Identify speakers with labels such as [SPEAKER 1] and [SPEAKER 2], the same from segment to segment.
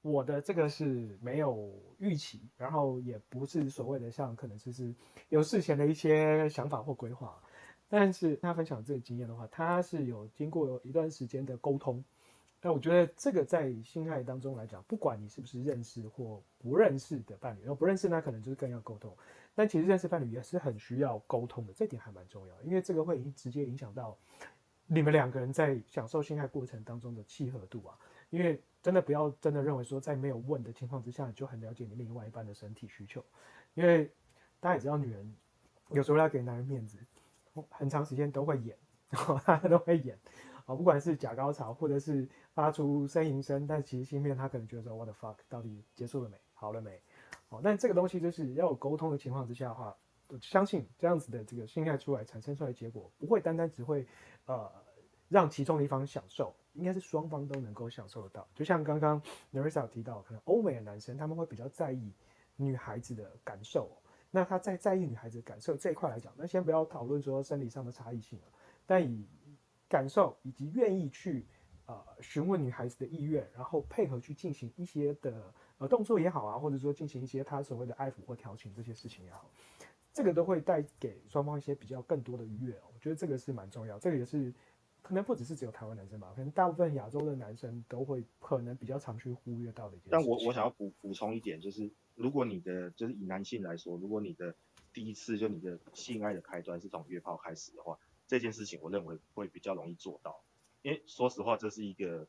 [SPEAKER 1] 我的这个是没有预期，然后也不是所谓的像可能就是有事前的一些想法或规划。但是他分享这个经验的话，他是有经过一段时间的沟通。那我觉得这个在性爱当中来讲，不管你是不是认识或不认识的伴侣，然后不认识那可能就是更要沟通。但其实认识伴侣也是很需要沟通的，这点还蛮重要的，因为这个会直接影响到你们两个人在享受性爱过程当中的契合度啊。因为真的不要真的认为说，在没有问的情况之下，你就很了解你另外一半的身体需求，因为大家也知道，女人有时候要给男人面子，很长时间都会演，她都会演。哦，不管是假高潮，或者是发出呻吟声，但其实心里面他可能觉得说 what the fuck，到底结束了没？好了没？哦，但这个东西就是要有沟通的情况之下的话，我相信这样子的这个性爱出来产生出来的结果，不会单单只会呃让其中的一方享受，应该是双方都能够享受得到。就像刚刚 Nerissa 提到，可能欧美的男生他们会比较在意女孩子的感受、哦，那他在在意女孩子的感受这一块来讲，那先不要讨论说生理上的差异性了、啊，但以感受以及愿意去呃询问女孩子的意愿，然后配合去进行一些的呃动作也好啊，或者说进行一些她所谓的爱抚或调情这些事情也好，这个都会带给双方一些比较更多的愉悦、哦。我觉得这个是蛮重要，这个也是可能不只是只有台湾男生吧，可能大部分亚洲的男生都会可能比较常去忽略到的一件事情。
[SPEAKER 2] 但我我想要补补充一点，就是如果你的就是以男性来说，如果你的第一次就你的性爱的开端是从约炮开始的话。这件事情，我认为会比较容易做到，因为说实话，这是一个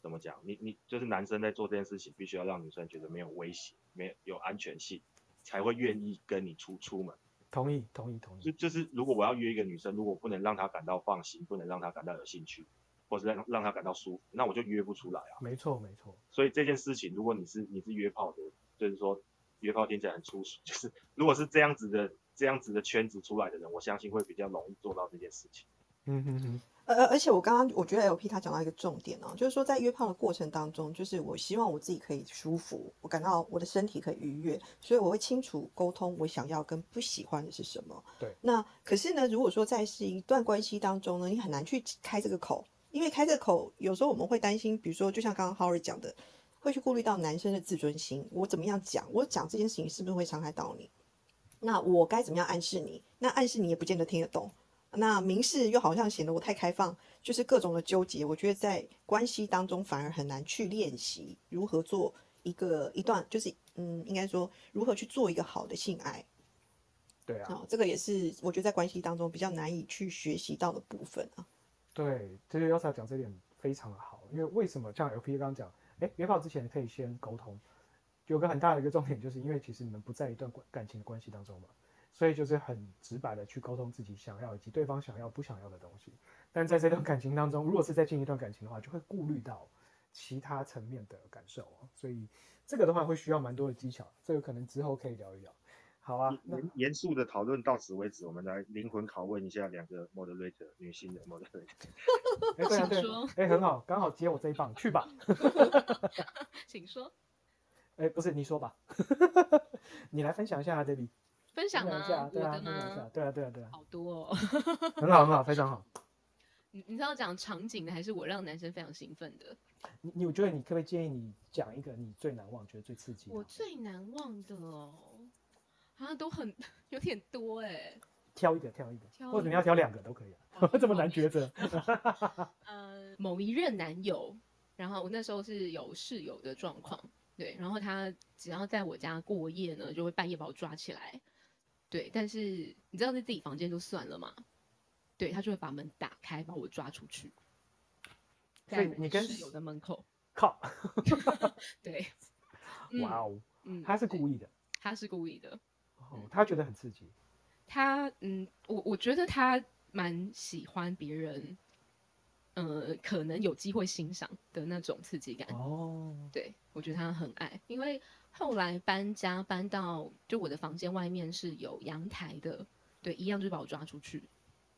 [SPEAKER 2] 怎么讲？你你就是男生在做这件事情，必须要让女生觉得没有威胁，没有有安全性，才会愿意跟你出出门。
[SPEAKER 1] 同意，同意，同意。
[SPEAKER 2] 就就是如果我要约一个女生，如果不能让她感到放心，不能让她感到有兴趣，或是让让她感到舒服，那我就约不出来啊。
[SPEAKER 1] 没错，没错。
[SPEAKER 2] 所以这件事情，如果你是你是约炮的，就是说约炮听起来很粗俗， 就是如果是这样子的。这样子的圈子出来的人，我相信会比较容易做到这件事情。
[SPEAKER 1] 嗯哼哼。
[SPEAKER 3] 呃而而且我刚刚我觉得 LP 他讲到一个重点哦、啊，就是说在约炮的过程当中，就是我希望我自己可以舒服，我感到我的身体可以愉悦，所以我会清楚沟通我想要跟不喜欢的是什么。
[SPEAKER 1] 对。
[SPEAKER 3] 那可是呢，如果说在是一段关系当中呢，你很难去开这个口，因为开这个口，有时候我们会担心，比如说就像刚刚 Howard 讲的，会去顾虑到男生的自尊心，我怎么样讲，我讲这件事情是不是会伤害到你？那我该怎么样暗示你？那暗示你也不见得听得懂，那明示又好像显得我太开放，就是各种的纠结。我觉得在关系当中反而很难去练习如何做一个一段，就是嗯，应该说如何去做一个好的性爱。
[SPEAKER 1] 对啊、哦，
[SPEAKER 3] 这个也是我觉得在关系当中比较难以去学习到的部分啊。
[SPEAKER 1] 对，其实 Yosa 讲这点非常的好，因为为什么像 LP 刚讲，哎，约炮之前可以先沟通。有个很大的一个重点，就是因为其实你们不在一段关感情的关系当中嘛，所以就是很直白的去沟通自己想要以及对方想要不想要的东西。但在这段感情当中，如果是再进一段感情的话，就会顾虑到其他层面的感受啊，所以这个的话会需要蛮多的技巧，这个可能之后可以聊一聊。好啊，
[SPEAKER 2] 严严肃的讨论到此为止，我们来灵魂拷问一下两个 moderator 女性的 moderator。
[SPEAKER 1] 哎欸，对啊，对，哎、欸，很好，刚好接我这一棒，去吧。
[SPEAKER 4] 请说。
[SPEAKER 1] 哎，不是，你说吧， 你来分享一下啊，Debbie。
[SPEAKER 4] 分享
[SPEAKER 1] 一下，对啊，
[SPEAKER 4] 分享
[SPEAKER 1] 一下，对啊，对啊， 对啊。
[SPEAKER 4] 好多，哦，
[SPEAKER 1] 很好，很好，非常好。
[SPEAKER 4] 你你知道讲场景的，还是我让男生非常兴奋的？
[SPEAKER 1] 你你，我觉得你可不可以建议你讲一个你最难忘、觉得最刺激？
[SPEAKER 4] 我最难忘的哦，啊，都很 有点 多哎。
[SPEAKER 1] 挑一个，挑一个，或者你要挑两个都可以啊， 这么难抉择。
[SPEAKER 4] 呃，某一任男友，然后我那时候是有室友的状况。对，然后他只要在我家过夜呢，就会半夜把我抓起来。对，但是你知道在自己房间就算了嘛，对他就会把门打开把我抓出去，
[SPEAKER 1] 在你跟
[SPEAKER 4] 室友的门口。
[SPEAKER 1] 靠！
[SPEAKER 4] 对，
[SPEAKER 1] 哇哦，嗯，他是故意的，
[SPEAKER 4] 他是故意的。
[SPEAKER 1] 哦，他觉得很刺激。
[SPEAKER 4] 他嗯，我我觉得他蛮喜欢别人，呃，可能有机会欣赏的那种刺激感。
[SPEAKER 1] 哦，
[SPEAKER 4] 对。我觉得他很爱，因为后来搬家搬到就我的房间外面是有阳台的，对，一样就是把我抓出去，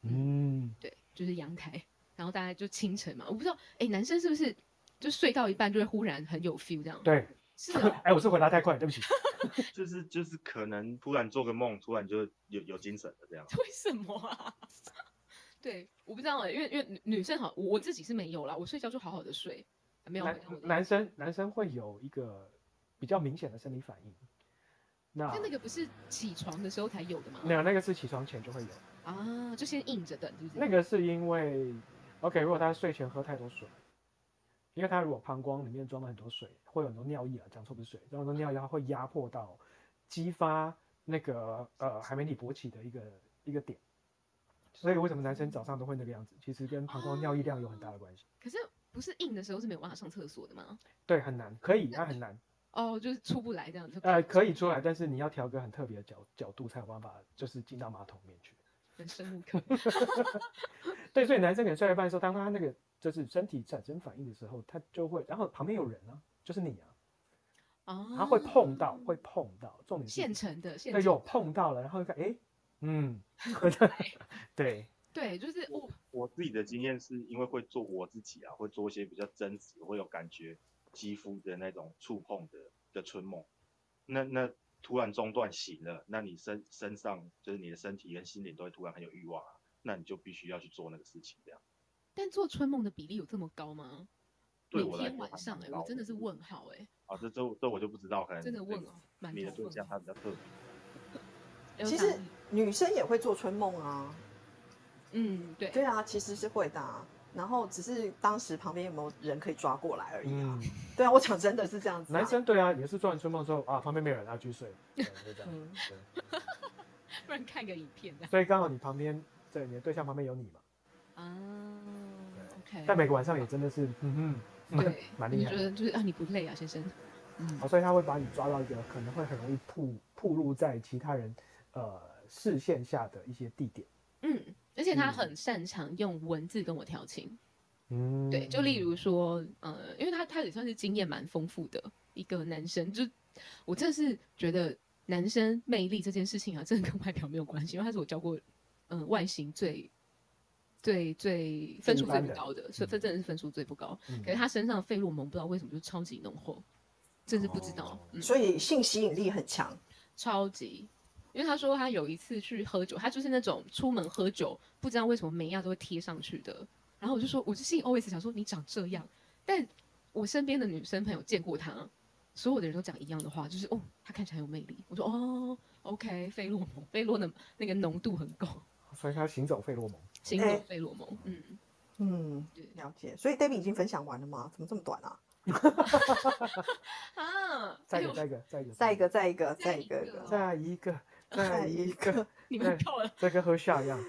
[SPEAKER 1] 嗯，
[SPEAKER 4] 对，就是阳台，然后大家就清晨嘛，我不知道，哎，男生是不是就睡到一半就会忽然很有 feel 这样？
[SPEAKER 1] 对，
[SPEAKER 4] 是啊的，
[SPEAKER 1] 哎我是回答太快，对不起，
[SPEAKER 2] 就是就是可能突然做个梦，突然就有有精神了这样，
[SPEAKER 4] 为什么啊？对，我不知道哎、欸，因为因为女生好，我自己是没有啦，我睡觉就好好的睡。没有
[SPEAKER 1] 男
[SPEAKER 4] 没有
[SPEAKER 1] 男生男生会有一个比较明显的生理反应。那
[SPEAKER 4] 但那个不是起床的时候才有的吗？
[SPEAKER 1] 没有啊那个是起床前就会有，
[SPEAKER 4] 啊，就先硬着等，是不是？
[SPEAKER 1] 那个是因为 OK，如果他睡前喝太多水，因为他如果膀胱里面装了很多水，会有很多尿液啊，讲错不是水，然后尿液它会压迫到激发那个呃海绵体勃起的一个一个点。所以为什么男生早上都会那个样子？其实跟膀胱尿液量有很大的关系。
[SPEAKER 4] 可是不是硬的时候是没有办法上厕所的吗？
[SPEAKER 1] 对，很难，可以，它很难。
[SPEAKER 4] 哦，就是出不来这样子。
[SPEAKER 1] 呃，可以出来，但是你要调个很特别的角角度才有办法，就是进到马桶里面去。
[SPEAKER 4] 人生无可。
[SPEAKER 1] 对，所以男生可能睡到一半的时候，当他那个就是身体产生反应的时候，他就会，然后旁边有人啊，就是你啊，
[SPEAKER 4] 哦，
[SPEAKER 1] 他会碰到，会碰到，重点是
[SPEAKER 4] 现成的，现
[SPEAKER 1] 对，
[SPEAKER 4] 成
[SPEAKER 1] 有
[SPEAKER 4] 的
[SPEAKER 1] 碰到了，然后就看，哎， 嗯，对，
[SPEAKER 4] 对，就是哦我
[SPEAKER 2] 我自己的经验是因为会做我自己啊，会做一些比较真实、会有感觉肌肤的那种触碰的的春梦。那那突然中断醒了，那你身身上就是你的身体跟心灵都会突然很有欲望啊，那你就必须要去做那个事情，这样。
[SPEAKER 4] 但做春梦的比例有这么高吗？
[SPEAKER 2] 对
[SPEAKER 4] 每
[SPEAKER 2] 我来
[SPEAKER 4] 天
[SPEAKER 2] 说还
[SPEAKER 4] 晚
[SPEAKER 2] 蛮
[SPEAKER 4] 上、欸，
[SPEAKER 2] 高
[SPEAKER 4] 我真的
[SPEAKER 2] 的
[SPEAKER 4] 是问号、欸，
[SPEAKER 2] 啊，这这这我就不知道，可能
[SPEAKER 4] 真的
[SPEAKER 2] 这
[SPEAKER 4] 问
[SPEAKER 2] 个
[SPEAKER 4] 哦，蛮
[SPEAKER 2] 你的
[SPEAKER 4] 头
[SPEAKER 2] 对
[SPEAKER 4] 问
[SPEAKER 2] 象
[SPEAKER 4] 号
[SPEAKER 2] 他
[SPEAKER 4] 哎
[SPEAKER 2] 比较特别。
[SPEAKER 4] 有
[SPEAKER 3] 其
[SPEAKER 4] 打
[SPEAKER 3] 实
[SPEAKER 4] 你
[SPEAKER 3] 女生也会做春梦啊，
[SPEAKER 4] 嗯，对，
[SPEAKER 3] 对啊，其实是会的、啊。然后只是当时旁边有没有人可以抓过来而已啊。
[SPEAKER 1] 嗯，
[SPEAKER 3] 对啊，我讲真的是这样子、啊。
[SPEAKER 1] 男生对啊，也是做完春梦之后啊，旁边没有人，他继续睡，对就这样，
[SPEAKER 3] 嗯
[SPEAKER 1] 对，
[SPEAKER 4] 不然看个影片这样
[SPEAKER 1] 所以刚好你旁边，对，你的对象旁边有你嘛，
[SPEAKER 4] 啊。OK，
[SPEAKER 1] 但每个晚上也真的是，嗯哼，
[SPEAKER 4] 对
[SPEAKER 1] 蛮
[SPEAKER 4] 你
[SPEAKER 1] 厉
[SPEAKER 4] 就
[SPEAKER 1] 害
[SPEAKER 4] 觉
[SPEAKER 1] 的。
[SPEAKER 4] 得就是啊，你不累啊，先生？嗯
[SPEAKER 1] 哦，所以他会把你抓到一个可能会很容易曝曝露在其他人呃视线下的一些地点。
[SPEAKER 4] 嗯，而且他
[SPEAKER 1] 嗯
[SPEAKER 4] 很擅长用文字跟我调情。
[SPEAKER 1] 嗯
[SPEAKER 4] 对，就例如说，呃，因为他他也算是经验蛮丰富的一个男生，就我真的是觉得男生魅力这件事情啊，真的跟外表没有关系，因为他是我教过，嗯、外形最最最分数最不高的，所以这真的是分数最不高。
[SPEAKER 1] 嗯
[SPEAKER 4] 可是他身上的费洛蒙不知道为什么就超级浓厚，真是不知道，
[SPEAKER 1] 哦
[SPEAKER 4] 嗯，
[SPEAKER 3] 所以性吸引力很强，
[SPEAKER 4] 超级。因为他说他有一次去喝酒，他就是那种出门喝酒，不知道为什么每一样都会贴上去的。然后我就说，我就心里 always 想说你长这样，但我身边的女生朋友见过他，所有的人都讲一样的话，就是哦，他看起来很有魅力。我说哦，OK，费洛蒙，费洛的那个浓度很够，
[SPEAKER 1] 所以他行走费洛蒙。
[SPEAKER 4] 行走费洛蒙，嗯，
[SPEAKER 3] 嗯，
[SPEAKER 4] 对
[SPEAKER 3] 了解。所以 Debbie 已经分享完了吗？怎么这么短啊？
[SPEAKER 4] 啊，
[SPEAKER 1] 再
[SPEAKER 4] 哎
[SPEAKER 1] 一
[SPEAKER 4] 呦
[SPEAKER 1] 个，，再一个，再一个，
[SPEAKER 3] 再一个，，再一个，
[SPEAKER 4] 再
[SPEAKER 3] 再
[SPEAKER 4] 一
[SPEAKER 3] 一个，
[SPEAKER 4] 个
[SPEAKER 1] 再一个，再
[SPEAKER 3] 再
[SPEAKER 1] 一
[SPEAKER 3] 一
[SPEAKER 1] 个
[SPEAKER 3] 个，
[SPEAKER 4] 你们够了，
[SPEAKER 1] 这跟喝下一样。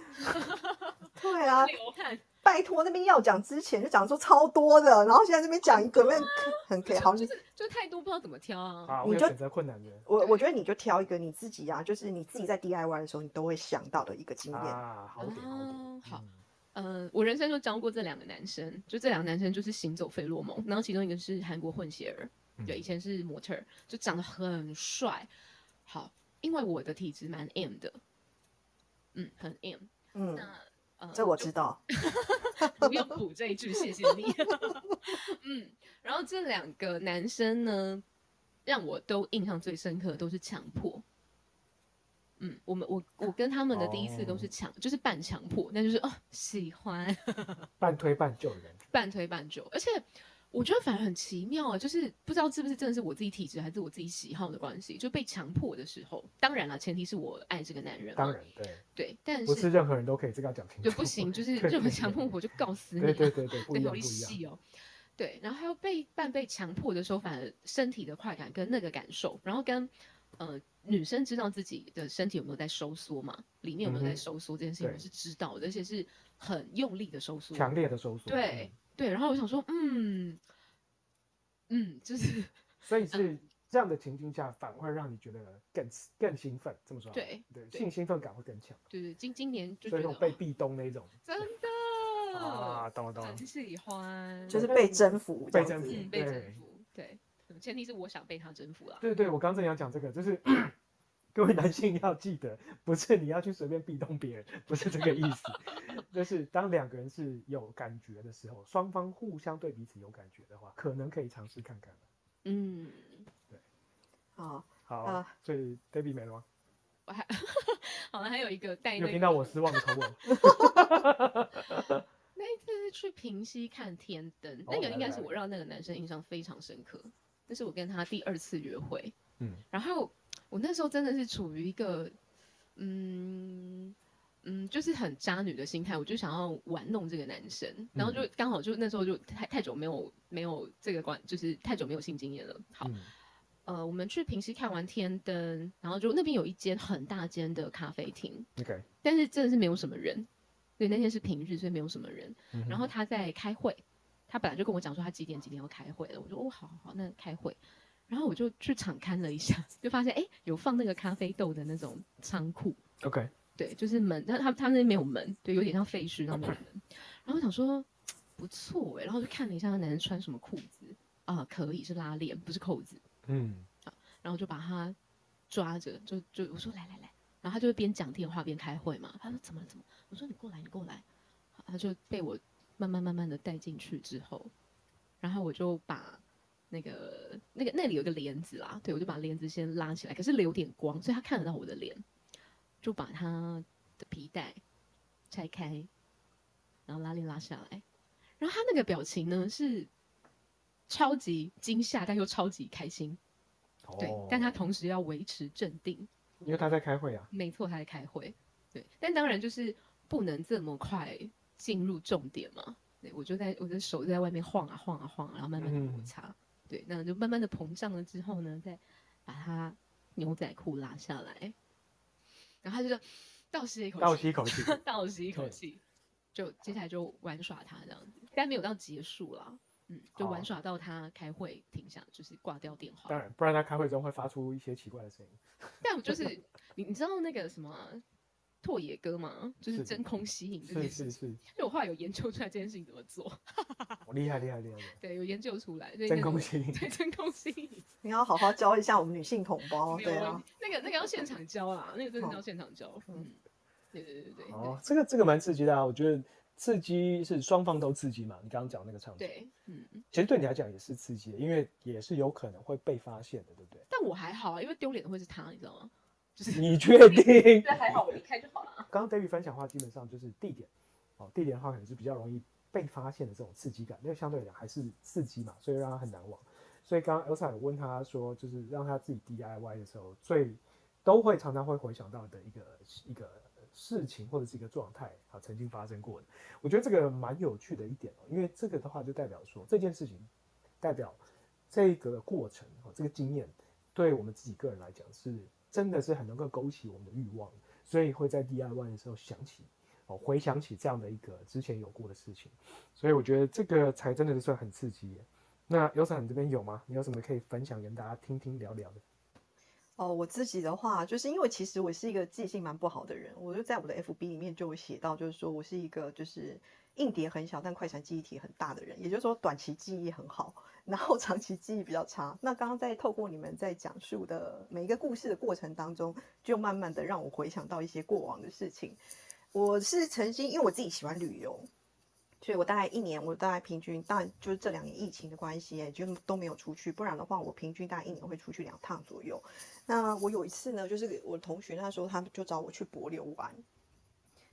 [SPEAKER 3] 对啊，
[SPEAKER 4] 流汗，
[SPEAKER 3] 拜托那边要讲之前就讲说超多的，然后现在这边讲一个，
[SPEAKER 4] 啊
[SPEAKER 3] 那很可以。好，
[SPEAKER 4] 就
[SPEAKER 3] 你
[SPEAKER 4] 是就太多不知道怎么挑啊，
[SPEAKER 1] 啊，我有
[SPEAKER 3] 你就
[SPEAKER 1] 选择困难的
[SPEAKER 3] 我我觉得你就挑一个你自己啊，就是你自己在 DIY 的时候你都会想到的一个经验。嗯
[SPEAKER 1] 啊，好点，好点
[SPEAKER 4] 啊，好
[SPEAKER 1] 嗯，
[SPEAKER 4] 呃，我人生就教过这两个男生，就这两个男生就是行走费洛蒙，然后其中一个是韩国混血儿，
[SPEAKER 1] 嗯
[SPEAKER 4] 对，以前是模特儿，就长得很帅。好，因为我的体质蛮 M 的，嗯，很 M，
[SPEAKER 3] 嗯，
[SPEAKER 4] 那呃，
[SPEAKER 3] 这我
[SPEAKER 4] 就
[SPEAKER 3] 知道。
[SPEAKER 4] 不用补这一句，谢谢你。 嗯，然后这两个男生呢，让我都印象最深刻的都是强迫。嗯，我们我我跟他们的第一次都是强就是半强迫，那就是哦喜欢，
[SPEAKER 1] 半推半就的感觉。
[SPEAKER 4] 半推半就，而且我觉得反而很奇妙啊，就是不知道是不是真的是我自己体质还是我自己喜好的关系，就被强迫的时候，当然了，前提是我爱这个男人啊，
[SPEAKER 1] 当然，对，
[SPEAKER 4] 对，但
[SPEAKER 1] 不是
[SPEAKER 4] 是
[SPEAKER 1] 任何人都可以，这个要讲清楚。
[SPEAKER 4] 就不行，就是
[SPEAKER 1] 对
[SPEAKER 4] 任何
[SPEAKER 1] 对
[SPEAKER 4] 强迫
[SPEAKER 1] 对
[SPEAKER 4] 我就告死你啊，
[SPEAKER 1] 对对 对对，不
[SPEAKER 4] 对，
[SPEAKER 1] 一样，
[SPEAKER 4] 有
[SPEAKER 1] 不
[SPEAKER 4] 力
[SPEAKER 1] 一
[SPEAKER 4] 气
[SPEAKER 1] 样。
[SPEAKER 4] 哦。对，然后还有被半被强迫的时候，反而身体的快感跟那个感受，然后跟呃女生知道自己的身体有没有在收缩嘛，里面有没有
[SPEAKER 1] 嗯
[SPEAKER 4] 在
[SPEAKER 1] 哼
[SPEAKER 4] 收缩这件事情，我
[SPEAKER 1] 对
[SPEAKER 4] 是知道的，而且是很用力的收缩，
[SPEAKER 1] 强烈的收缩。
[SPEAKER 4] 对
[SPEAKER 1] 嗯，
[SPEAKER 4] 对，然后我想说，嗯嗯，就是
[SPEAKER 1] 所
[SPEAKER 4] 嗯
[SPEAKER 1] 以是这样的情境下，反而会让你觉得更更兴奋，这么说好。
[SPEAKER 4] 对
[SPEAKER 1] 对，
[SPEAKER 4] 对
[SPEAKER 1] 性兴奋感会更强，
[SPEAKER 4] 对对，今今年就
[SPEAKER 1] 所
[SPEAKER 4] 觉
[SPEAKER 1] 以那
[SPEAKER 4] 得
[SPEAKER 1] 种被
[SPEAKER 4] 哦嗯
[SPEAKER 1] 壁咚那种
[SPEAKER 4] 真的
[SPEAKER 1] 啊，懂了懂了
[SPEAKER 4] 很。喜欢，
[SPEAKER 3] 就是被征服这
[SPEAKER 1] 被
[SPEAKER 3] 样子，
[SPEAKER 1] 征服
[SPEAKER 4] 嗯被
[SPEAKER 1] 对
[SPEAKER 4] 征服，对，嗯前提是我想被他征服啦。
[SPEAKER 1] 对对，我刚正要讲这个，就是 各位男性要记得，不是你要去随便壁咚别人，不是这个意思，就是当两个人是有感觉的时候，双方互相对彼此有感觉的话，可能可以尝试看看。
[SPEAKER 4] 嗯，
[SPEAKER 3] 啊。
[SPEAKER 1] 好，
[SPEAKER 3] 啊
[SPEAKER 1] 所以 Debbie 没了吗？
[SPEAKER 4] 我还好了，还有一个带
[SPEAKER 1] 有
[SPEAKER 4] 那
[SPEAKER 1] 听
[SPEAKER 4] 个
[SPEAKER 1] 到我失望的口吻？
[SPEAKER 4] 那一次是去平西看天灯，
[SPEAKER 1] 哦
[SPEAKER 4] 那个
[SPEAKER 1] 来
[SPEAKER 4] 应该
[SPEAKER 1] 来
[SPEAKER 4] 是我
[SPEAKER 1] 来
[SPEAKER 4] 让那个男生印象非常深刻，那是我跟他第二次约会。
[SPEAKER 1] 嗯，
[SPEAKER 4] 然后我那时候真的是处于一个，嗯嗯，就是很渣女的心态，我就想要玩弄这个男生，然后
[SPEAKER 1] 嗯
[SPEAKER 4] 就刚好就那时候就太太久没有没有这个关，就是太久没有性经验了。好，
[SPEAKER 1] 嗯
[SPEAKER 4] 呃，我们去平西看完天灯，然后就那边有一间很大间的咖啡厅，
[SPEAKER 1] ，OK，
[SPEAKER 4] 但是真的是没有什么人，对，那天是平日，所以没有什么人。
[SPEAKER 1] 嗯哼
[SPEAKER 4] 然后他在开会，他本来就跟我讲说他几点几点要开会了，我说哦，好好好，那开会。然后我就去场刊了一下， 就发现哎，诶有放那个咖啡豆的那种仓库，
[SPEAKER 1] OK，
[SPEAKER 4] 对，就是门，但他他那边没有门，对，有点像废墟，然后没有门。然后我想说不错哎，然后就看了一下那男人穿什么裤子，啊、可以是拉链，不是扣子。
[SPEAKER 1] 嗯
[SPEAKER 4] 然后就把他抓着，就就我说来来来，然后他就会边讲电话边开会嘛。他说怎么了怎么了？我说你过来你过来，他就被我慢慢慢慢的带进去之后，然后我就把那个那个那里有一个帘子啦，对我就把帘子先拉起来，可是留点光，所以他看得到我的脸，就把他的皮带拆开，然后拉链拉下来，然后他那个表情呢是超级惊吓，但又超级开心。对，但他
[SPEAKER 1] 哦
[SPEAKER 4] 同时要维持镇定。
[SPEAKER 1] 因为他在开会啊，
[SPEAKER 4] 没错，他在开会。对，但当然就是不能这么快进入重点嘛。对，我就在我的手在外面晃啊晃啊晃啊，然后慢慢的摩
[SPEAKER 1] 嗯
[SPEAKER 4] 擦。对，那就慢慢的膨胀了之后呢，再把他牛仔裤拉下来，然后他就说倒吸一口
[SPEAKER 1] 倒
[SPEAKER 4] 气，
[SPEAKER 1] 吸一口气，
[SPEAKER 4] 倒吸一口
[SPEAKER 1] 对
[SPEAKER 4] 气，就接下来就玩耍他这样子，但没有到结束啦。嗯，就玩
[SPEAKER 1] 好
[SPEAKER 4] 耍到他开会停下，就是挂掉电话。
[SPEAKER 1] 当然，不然他开会中会发出一些奇怪的声音。
[SPEAKER 4] 但我就是你，你知道那个什么啊拓野哥吗？就是
[SPEAKER 1] 是
[SPEAKER 4] 真空吸引这
[SPEAKER 1] 是
[SPEAKER 4] 件事
[SPEAKER 1] 是
[SPEAKER 4] 情，
[SPEAKER 1] 是，
[SPEAKER 4] 就我后来有研究出来这件事情怎么做，
[SPEAKER 1] 厉害厉害厉害，厉害
[SPEAKER 4] 对，有研究出来，所以
[SPEAKER 1] 真
[SPEAKER 4] 那个
[SPEAKER 1] 空 吸引
[SPEAKER 4] 对真空吸引，
[SPEAKER 3] 你要好好教一下我们女性同胞，
[SPEAKER 1] 哦
[SPEAKER 4] 没有
[SPEAKER 3] 对
[SPEAKER 4] 问
[SPEAKER 3] 啊
[SPEAKER 4] 题，，那个那个要现场教啦，那个真的是要
[SPEAKER 3] 好
[SPEAKER 4] 现场教，嗯，对对对对对
[SPEAKER 1] 哦，这个这个蛮刺激的啊，我觉得刺激是双方都刺激嘛。你刚刚讲那个场景，
[SPEAKER 4] 对，嗯，
[SPEAKER 1] 其实对你来讲也是刺激的，因为也是有可能会被发现的，对不对？
[SPEAKER 4] 但我还好啊，因为丢脸的会是他，你知道吗？就是
[SPEAKER 1] 你确定？
[SPEAKER 4] 那还好，我离开就好了。
[SPEAKER 1] 刚刚 David 分享的话，基本上就是地点，哦，地点的话可能是比较容易被发现的这种刺激感，因为相对来讲还是刺激嘛，所以让他很难忘。所以刚刚 Elsa 有问他说，就是让他自己 DIY 的时候，最都会常常会回想到的一个一个事情或者是一个状态啊，曾经发生过的。我觉得这个蛮有趣的一点哦，因为这个的话就代表说这件事情，代表这个过程哦，这个经验对我们自己个人来讲是真的是很能够勾起我们的欲望。所以会在 DIY 的时候想起哦，回想起这样的一个之前有过的事情，所以我觉得这个才真的是算很刺激耶。那尤闪你这边有吗？你有什么可以分享跟大家听听聊聊的？
[SPEAKER 3] 哦，我自己的话，就是因为其实我是一个记性蛮不好的人，我就在我的 FB 里面就有写到，就是说我是一个就是硬碟很小，但快闪记忆体很大的人，也就是说短期记忆很好， 然后长期记忆比较差。那刚刚在透过你们在讲述的每一个故事的过程当中，就慢慢的让我回想到一些过往的事情。我是曾经，因为我自己喜欢旅游，所以我大概一年，我大概平均，当然就是这两年疫情的关系，也就都没有出去，不然的话，我平均大概一年会出去两趟左右。那我有一次呢，就是我同学那时候他们就找我去柏流玩，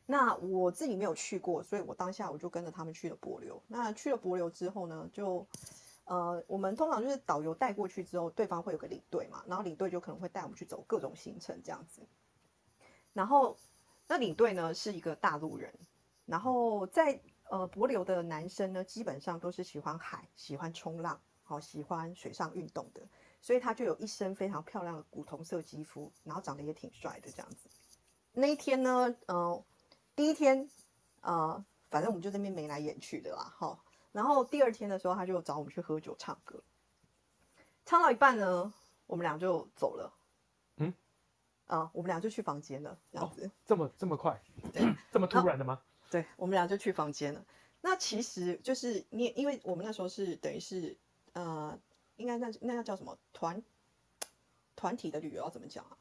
[SPEAKER 3] 那我自己没有去过，所以我当下我就跟着他们去了柏流。那去了柏流之后呢，就呃，我们通常就是导游带过去之后，对方会有个领队嘛，然后领队就可能会带我们去走各种行程这样子。然后那领队呢是一个大陆人，然后在呃柏流的男生呢，基本上都是喜欢海、喜欢冲浪、好、喜欢水上运动的。所以他就有一身非常漂亮的古铜色肌肤，然后长得也挺帅的这样子。那一天呢，呃，第一天，呃，反正我们就这边眉来眼去的啦，哈。然后第二天的时候，他就找我们去喝酒唱歌，唱到一半呢，我们俩就走了。
[SPEAKER 1] 嗯，
[SPEAKER 3] 啊、我们俩就去房间了，这样
[SPEAKER 1] 哦
[SPEAKER 3] 子。
[SPEAKER 1] 这么这么快
[SPEAKER 3] 对，
[SPEAKER 1] 这么突然的吗？
[SPEAKER 3] 对，我们俩就去房间了。那其
[SPEAKER 1] 嗯
[SPEAKER 3] 实就是你，因为我们那时候是等于是呃，应该那那要叫什么团团体的旅游要怎么讲啊？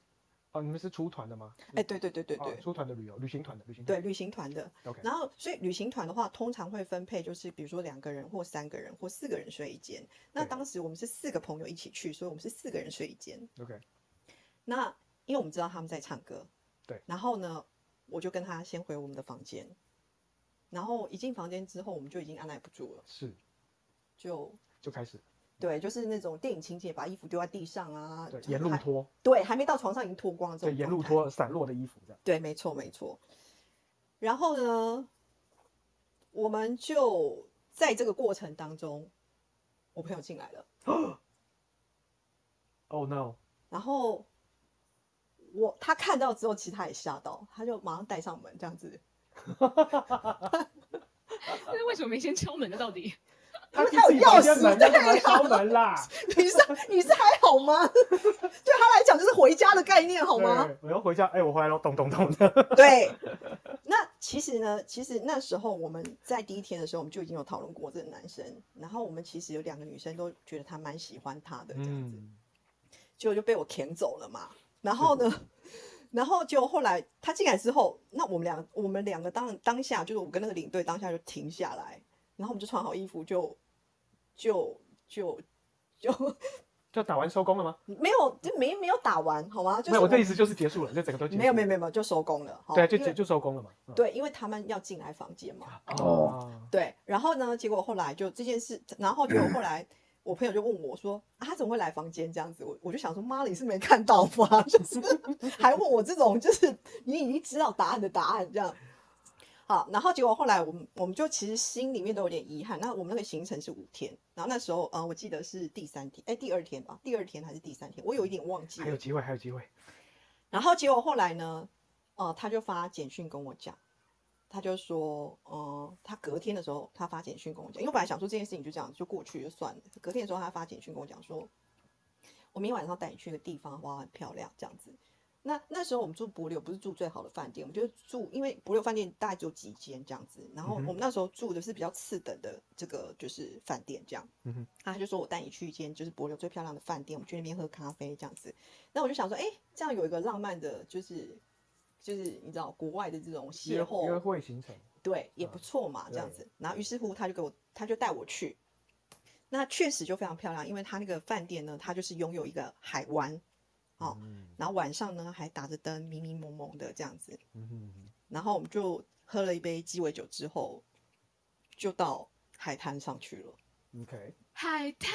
[SPEAKER 1] 哦，你们是出团的吗？
[SPEAKER 3] 哎，对对对对
[SPEAKER 1] 哦
[SPEAKER 3] 对、
[SPEAKER 1] 出团的旅游，旅行团的旅行
[SPEAKER 3] 对，
[SPEAKER 1] 团。
[SPEAKER 3] 旅行团的。
[SPEAKER 1] 对，OK，
[SPEAKER 3] 然后，所以旅行团的话，通常会分配就是比如说两个人或三个人或四个人睡一间。那
[SPEAKER 1] 对
[SPEAKER 3] 当时我们是四个朋友一起去，所以我们是四个人睡一间。
[SPEAKER 1] OK，
[SPEAKER 3] 那因为我们知道他们在唱歌，
[SPEAKER 1] 对
[SPEAKER 3] 然后呢，我就跟他先回我们的房间，然后一进房间之后，我们就已经按耐不住了，
[SPEAKER 1] 是
[SPEAKER 3] 就
[SPEAKER 1] 就开始
[SPEAKER 3] 对，就是那种电影情节，把衣服丢在地上啊，
[SPEAKER 1] 对
[SPEAKER 3] 就是
[SPEAKER 1] 沿路
[SPEAKER 3] 还
[SPEAKER 1] 脱，
[SPEAKER 3] 对，还没到床上已经脱光了这
[SPEAKER 1] 对
[SPEAKER 3] 种
[SPEAKER 1] 沿路
[SPEAKER 3] 状态
[SPEAKER 1] 脱散落的衣服这样，
[SPEAKER 3] 对，没错，没错。然后呢，我们就在这个过程当中，我朋友进来了，
[SPEAKER 1] Oh no！
[SPEAKER 3] 然后我他看到之后，其实他也吓到，他就马上带上门这样子，
[SPEAKER 4] 那为什么没先敲门呢？到底？
[SPEAKER 3] 因为
[SPEAKER 1] 是
[SPEAKER 3] 他
[SPEAKER 1] 自己
[SPEAKER 3] 有
[SPEAKER 1] 房
[SPEAKER 3] 钥
[SPEAKER 1] 间
[SPEAKER 3] 匙
[SPEAKER 1] 门，
[SPEAKER 3] 对
[SPEAKER 1] 他干嘛敲门啦？
[SPEAKER 3] 你 是你是还好吗？ 对他来讲就是回家的概念好吗？
[SPEAKER 1] 对？我要回家，哎，我回来了，咚咚咚的。
[SPEAKER 3] 对，那其实呢，其实那时候我们在第一天的时候，我们就已经有讨论过这个男生，然后我们其实有两个女生都觉得他蛮喜欢他的这样子，
[SPEAKER 1] 嗯，
[SPEAKER 3] 结果就被我舔走了嘛。然 后呢，然后就后来他进来之后，那我们两我们两个当当下就是我跟那个领队当下就停下来，然后我们就穿好衣服就就就就
[SPEAKER 1] 就打完收工了吗？
[SPEAKER 3] 没有就没没有打完好吗？
[SPEAKER 1] 没
[SPEAKER 3] 就是
[SPEAKER 1] 有，我的意
[SPEAKER 3] 思
[SPEAKER 1] 思就是结束了，就整个都结束了
[SPEAKER 3] 没有没有没有没有就收工了，好
[SPEAKER 1] 对，就
[SPEAKER 3] 因
[SPEAKER 1] 就
[SPEAKER 3] 为
[SPEAKER 1] 就收工了嘛。嗯，
[SPEAKER 3] 对，因为他们要进来房间嘛。
[SPEAKER 1] 哦，
[SPEAKER 3] 对，然后呢，结果后来就这件事，然后就后来我朋友就问我说：“啊，他怎么会来房间这样子？”我我就想说：“妈，你是没看到吗？ 就是还问我这种，就是你已经知道答案的答案这样。”好，然后结果后来我们我们就其实心里面都有点遗憾。那我们那个行程是五天，然后那时候呃，我记得是第三天，哎，第二天吧，第二天还是第三天，我有一点忘记
[SPEAKER 1] 还有
[SPEAKER 3] 了。
[SPEAKER 1] 机会，还有机会。
[SPEAKER 3] 然后结果后来呢，呃，他就发简讯跟我讲，他就说，呃，他隔天的时候他发简讯跟我讲，因为我本来想说这件事情就这样就过去就算了。隔天的时候他发简讯跟我讲说，我明天晚上带你去一个地方，哇，很漂亮这样子。那那时候我们住帛琉，不是住最好的饭店，我们就是住，因为帛琉饭店大概只有几间这样子。然
[SPEAKER 1] 嗯
[SPEAKER 3] 后
[SPEAKER 1] 哼
[SPEAKER 3] 我们那时候住的是比较次等的这个就是饭店这样。
[SPEAKER 1] 嗯哼
[SPEAKER 3] 他就说我带你去一间就是帛琉最漂亮的饭店，我们去那边喝咖啡这样子。那我就想说，哎、这样有一个浪漫的，就是就是你知道国外的这种邂
[SPEAKER 1] 约
[SPEAKER 3] 逅，
[SPEAKER 1] 约会行程，
[SPEAKER 3] 对，也
[SPEAKER 1] 嗯
[SPEAKER 3] 不错嘛，这样
[SPEAKER 1] 对
[SPEAKER 3] 子。然后于是乎他就给我，他就带我去，那确实就非常漂亮，因为他那个饭店呢，它就是拥有一个海湾，哦，
[SPEAKER 1] 嗯
[SPEAKER 3] 然后晚上呢还打着灯，迷迷蒙蒙的这样子。
[SPEAKER 1] 嗯哼
[SPEAKER 3] 然后我们就喝了一杯鸡尾酒之后，就到海滩上去了。
[SPEAKER 1] 嗯，OK，
[SPEAKER 4] 海滩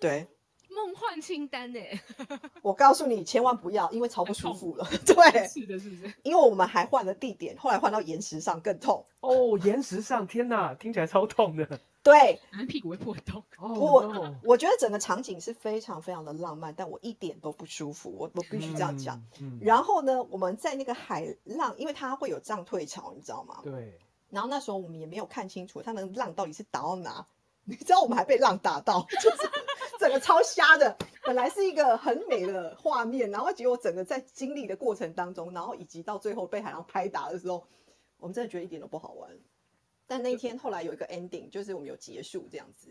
[SPEAKER 3] 对，
[SPEAKER 4] 梦幻清单欸呢？
[SPEAKER 3] 我告诉你，千万不要，因为超不
[SPEAKER 4] 很
[SPEAKER 3] 舒
[SPEAKER 4] 痛
[SPEAKER 3] 服了。 对，
[SPEAKER 4] 是的，是不 是？
[SPEAKER 3] 因为我们还换了地点，后来换到岩石上更痛。
[SPEAKER 1] 哦，岩石上，天哪，听起来超痛的。
[SPEAKER 3] 对，
[SPEAKER 4] 然后啊屁股会破洞。
[SPEAKER 1] 哦
[SPEAKER 3] 我
[SPEAKER 1] no，
[SPEAKER 3] 我觉得整个场景是非常非常的浪漫，但我一点都不舒服，我我必须这样讲。
[SPEAKER 1] 嗯。嗯
[SPEAKER 3] 然后呢，我们在那个海浪，因为它会有涨退潮，你知道吗？
[SPEAKER 1] 对，
[SPEAKER 3] 然后那时候我们也没有看清楚它那个浪到底是打到哪， 你知道我们还被浪打到，就是 整个超瞎的。本来是一个很美的画面，然后结果整个在经历的过程当中，然后以及到最后被海浪拍打的时候，我们真的觉得一点都不好玩。但那一天后来有一个 ending，就是我们有结束这样子。